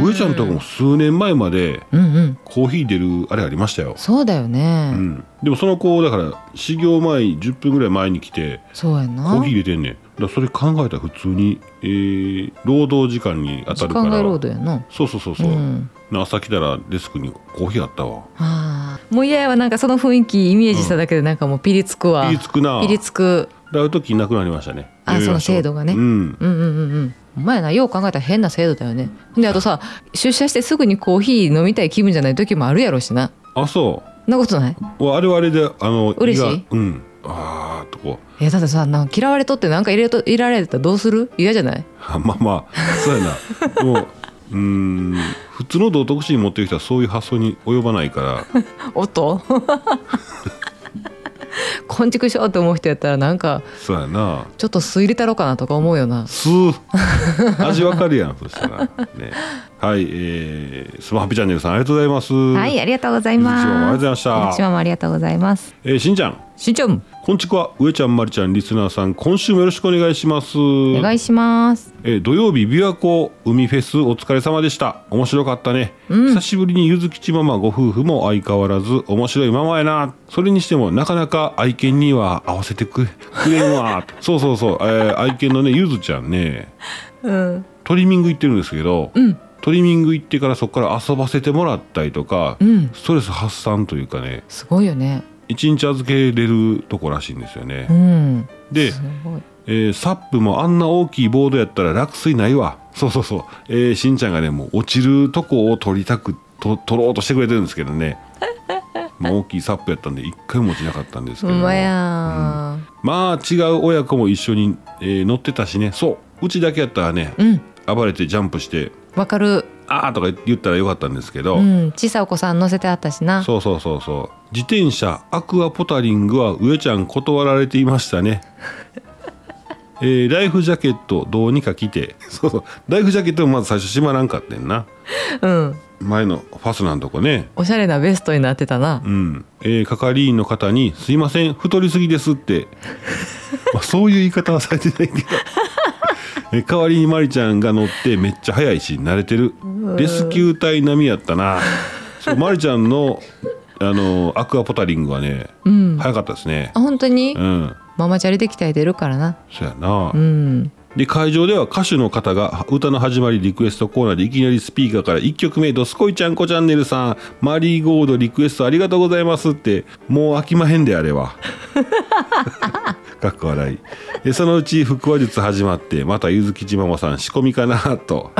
Speaker 1: 上ちゃんとかも数年前まで
Speaker 2: うんうん
Speaker 1: コーヒー出るあれありましたよ
Speaker 2: そうだよね、
Speaker 1: うん、でもその子だから始業前10分ぐらい前に来て
Speaker 2: そうやな
Speaker 1: コーヒー入れてんねんだからそれ考えたら普通に、えー労働時間に当た
Speaker 2: 時
Speaker 1: るから
Speaker 2: 間外労働やな
Speaker 1: そうそうそうそう、
Speaker 2: うん
Speaker 1: 朝来たらデスクにコーヒーあったわ
Speaker 2: あーもう嫌やわなんかその雰囲気イメージしただけでなんかもうピリつくわ、
Speaker 1: ピリつくな
Speaker 2: ピリつく
Speaker 1: だから時なくなりましたね
Speaker 2: あ
Speaker 1: やめましょう
Speaker 2: その制度がね
Speaker 1: うん
Speaker 2: うんうんうんうんお前なよう考えたら変な制度だよねであとさ出社してすぐにコーヒー飲みたい気分じゃない時もあるやろうしな
Speaker 1: あそ
Speaker 2: そんなことないう
Speaker 1: わあれはあれであの
Speaker 2: 嬉しい
Speaker 1: 胃がうんあーっとこう
Speaker 2: いやだってさなんか嫌われとってなんか入れと入れられたらどうする嫌じゃない
Speaker 1: あまあまあそうやなでもうーん普通の道徳心持ってる人はそういう発想に及ばないから
Speaker 2: おっと こんちくしょうって思う人やったらなんか
Speaker 1: そうやな
Speaker 2: ちょっと酢入れたろうかなとか思うよな
Speaker 1: す味わかるやんそしたら、ね、はいえー、スマハピチャンネルさんありがとうございます
Speaker 3: はい、ありがとうございます。
Speaker 1: こんにちはありがとうございました
Speaker 3: こんにちはもありがとうございます。
Speaker 1: えーしんちゃん
Speaker 2: しんちゃん
Speaker 1: こんちくわ上ちゃんまりちゃんリスナーさん今週もよろしくお願いします
Speaker 3: お願いします。
Speaker 1: えー土曜日琵琶湖海フェスお疲れ様でした面白かったね、久しぶりにゆずきちママご夫婦も相変わらず面白いママやなそれにしてもなかなか愛犬には合わせてくくれ んわそうそうそう、えー愛犬のねゆずちゃんね
Speaker 2: うん
Speaker 1: トリミング行ってるんですけど、トリミング行ってからそこから遊ばせてもらったりとか、
Speaker 2: ん
Speaker 1: ストレス発散というかね
Speaker 2: すごいよね
Speaker 1: 一日預けれるとこらしいんですよね
Speaker 2: う、ん、
Speaker 1: です
Speaker 2: ごい
Speaker 1: えーサップもあんな大きいボードやったら落水ないわそうそうそう、えーしんちゃんがねもう落ちるとこを取りたくと取ろうとしてくれてるんですけど ねまあ大きいサップやったんで一回も落ちなかったんですけ
Speaker 2: う
Speaker 1: ども
Speaker 2: まや
Speaker 1: まあ違う親子も一緒に、えー乗ってたしねそううちだけやったらね、
Speaker 2: ーうん
Speaker 1: 暴れてジャンプして
Speaker 2: わかる
Speaker 1: あーとか言ったらよかったんですけど、
Speaker 2: うん小さいお子さん乗せてあったしな
Speaker 1: そうそうそうそう自転車アクアポタリングは上ちゃん断られていましたね えーライフジャケットどうにか着てそうそうライフジャケットもまず最初閉まらんかってんな
Speaker 2: うん
Speaker 1: 前のファスナーのとこね
Speaker 2: おしゃれなベストになってたな
Speaker 1: うん、えー係員の方に「すいません太りすぎです」 って、まあ、そういう言い方はされてないけど えー代わりにマリちゃんが乗ってめっちゃ速いし慣れてるレスキュー隊並みやったなそうマリちゃんのあのーアクアポタリングはね、
Speaker 2: うん
Speaker 1: 速かったですね
Speaker 2: あ本当に
Speaker 1: うん
Speaker 2: ママチャリで鍛えてるからな
Speaker 1: そうやな、
Speaker 2: うん
Speaker 1: で会場では歌手の方が歌の始まりリクエストコーナーでいきなりスピーカーから1曲目「どすこいちゃんこチャンネルさんマリーゴールドリクエストありがとうございます」ってもう飽きまへんであれ は。かっこ笑いでそのうち腹話術始まってまたゆずきちママさん仕込みかなと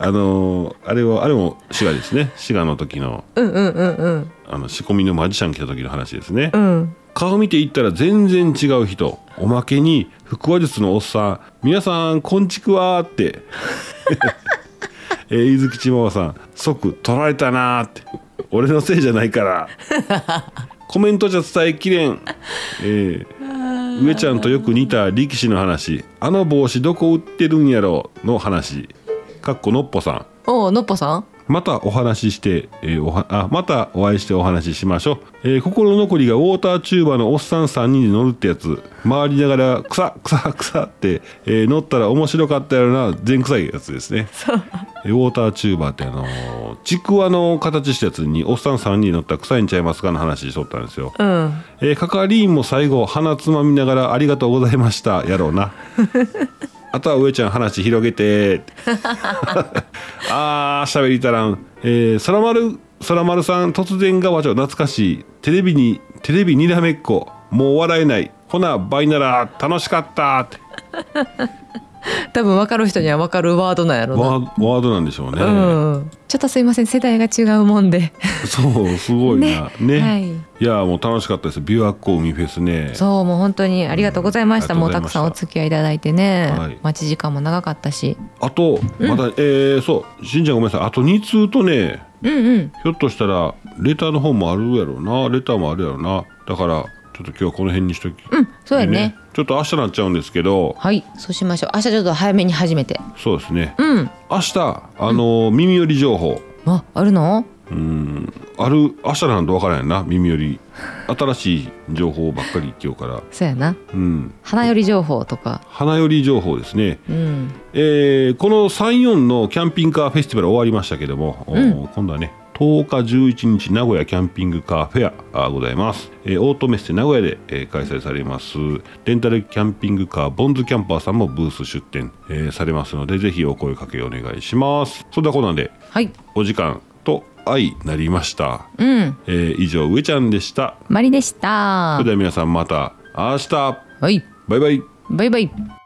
Speaker 1: あのーあれはあれも滋賀ですね滋賀の時の
Speaker 2: うんうんうんうん
Speaker 1: あの仕込みのマジシャン来た時の話ですね、
Speaker 2: うん
Speaker 1: 顔見ていったら全然違う人おまけに腹話術のおっさん皆さんこんちくわーって、 えー、伊豆吉ママさん即取られたなーって俺のせいじゃないからコメントじゃ伝えきれん、えー、上ちゃんとよく似た力士の話あの帽子どこ売ってるんやろの話かっこのっぽさん
Speaker 2: おおのっぽさん
Speaker 1: またお話しして、えーおはあまたお会いしてお話ししましょう、えー心残りがウォーターチューバーのおっさん3人で乗るってやつ回りながら「草草草」って、えー乗ったら面白かったやろな全臭いやつですねえーウォーターチューバーってあのーちくわの形したやつにおっさん3人乗ったら臭いんちゃいますかの話しとったんですよ
Speaker 2: うん
Speaker 1: えー、係員も最後鼻つまみながら「ありがとうございました」やろう なあとは上ちゃん話広げてあーしゃべりたらんえーそらまるそらまるさん突然がわちょ懐かしいテレビにテレビにらめっこもう笑えないほな倍なら楽しかったって
Speaker 2: 多分分かる人には分かるワードなんやろうな
Speaker 1: ワーワードなんでしょうね、
Speaker 2: うん、ちょっとすいません世代が違うもんで
Speaker 1: そうすごいなね、
Speaker 2: はいい
Speaker 1: やもう楽しかったです琵琶湖海フェスね
Speaker 2: そうもう本当にありがとうございました、
Speaker 1: うん
Speaker 2: も
Speaker 1: あ
Speaker 2: う
Speaker 1: りが
Speaker 2: た
Speaker 1: とうござい
Speaker 2: くさんお
Speaker 1: ました
Speaker 2: 付き合いいただいてね、
Speaker 1: はい
Speaker 2: 待ち時間も長かったし
Speaker 1: あとまた、えーそうしんちゃんごめんなさいあと2通とね
Speaker 2: うんうん
Speaker 1: ひょっとしたらレターの方もあるやろうなレターもあるやろうなだからちょっと今日はこの辺にしとき、
Speaker 2: うんそうやね
Speaker 1: ちょっと明日なっちゃうんですけど
Speaker 2: はいそうしましょう明日ちょっと早めに始めて
Speaker 1: そうですね
Speaker 2: うん
Speaker 1: 明日あの、耳寄り情報
Speaker 2: ああるの
Speaker 1: うんある明日なんて分からんやんな耳寄り新しい情報ばっかり今日から
Speaker 2: そうやな
Speaker 1: うん
Speaker 2: 花より情報とか
Speaker 1: 花より情報ですね
Speaker 2: うん
Speaker 1: えーこの34のキャンピングカーフェスティバル終わりましたけども、おー今度はね10日11日名古屋キャンピングカーフェアあーございます、えーオートメッセ名古屋で、えー開催されますレンタルキャンピングカーボンズキャンパーさんもブース出店、えーされますのでぜひお声かけお願いしますそんなことなんで
Speaker 2: はい
Speaker 1: お時間と愛なりました、
Speaker 2: うん
Speaker 1: えー以上上ちゃんでした
Speaker 3: マリでし
Speaker 1: そ
Speaker 3: た
Speaker 1: れでは皆さんまた明日
Speaker 2: はい
Speaker 1: バイバイ
Speaker 2: バイバイ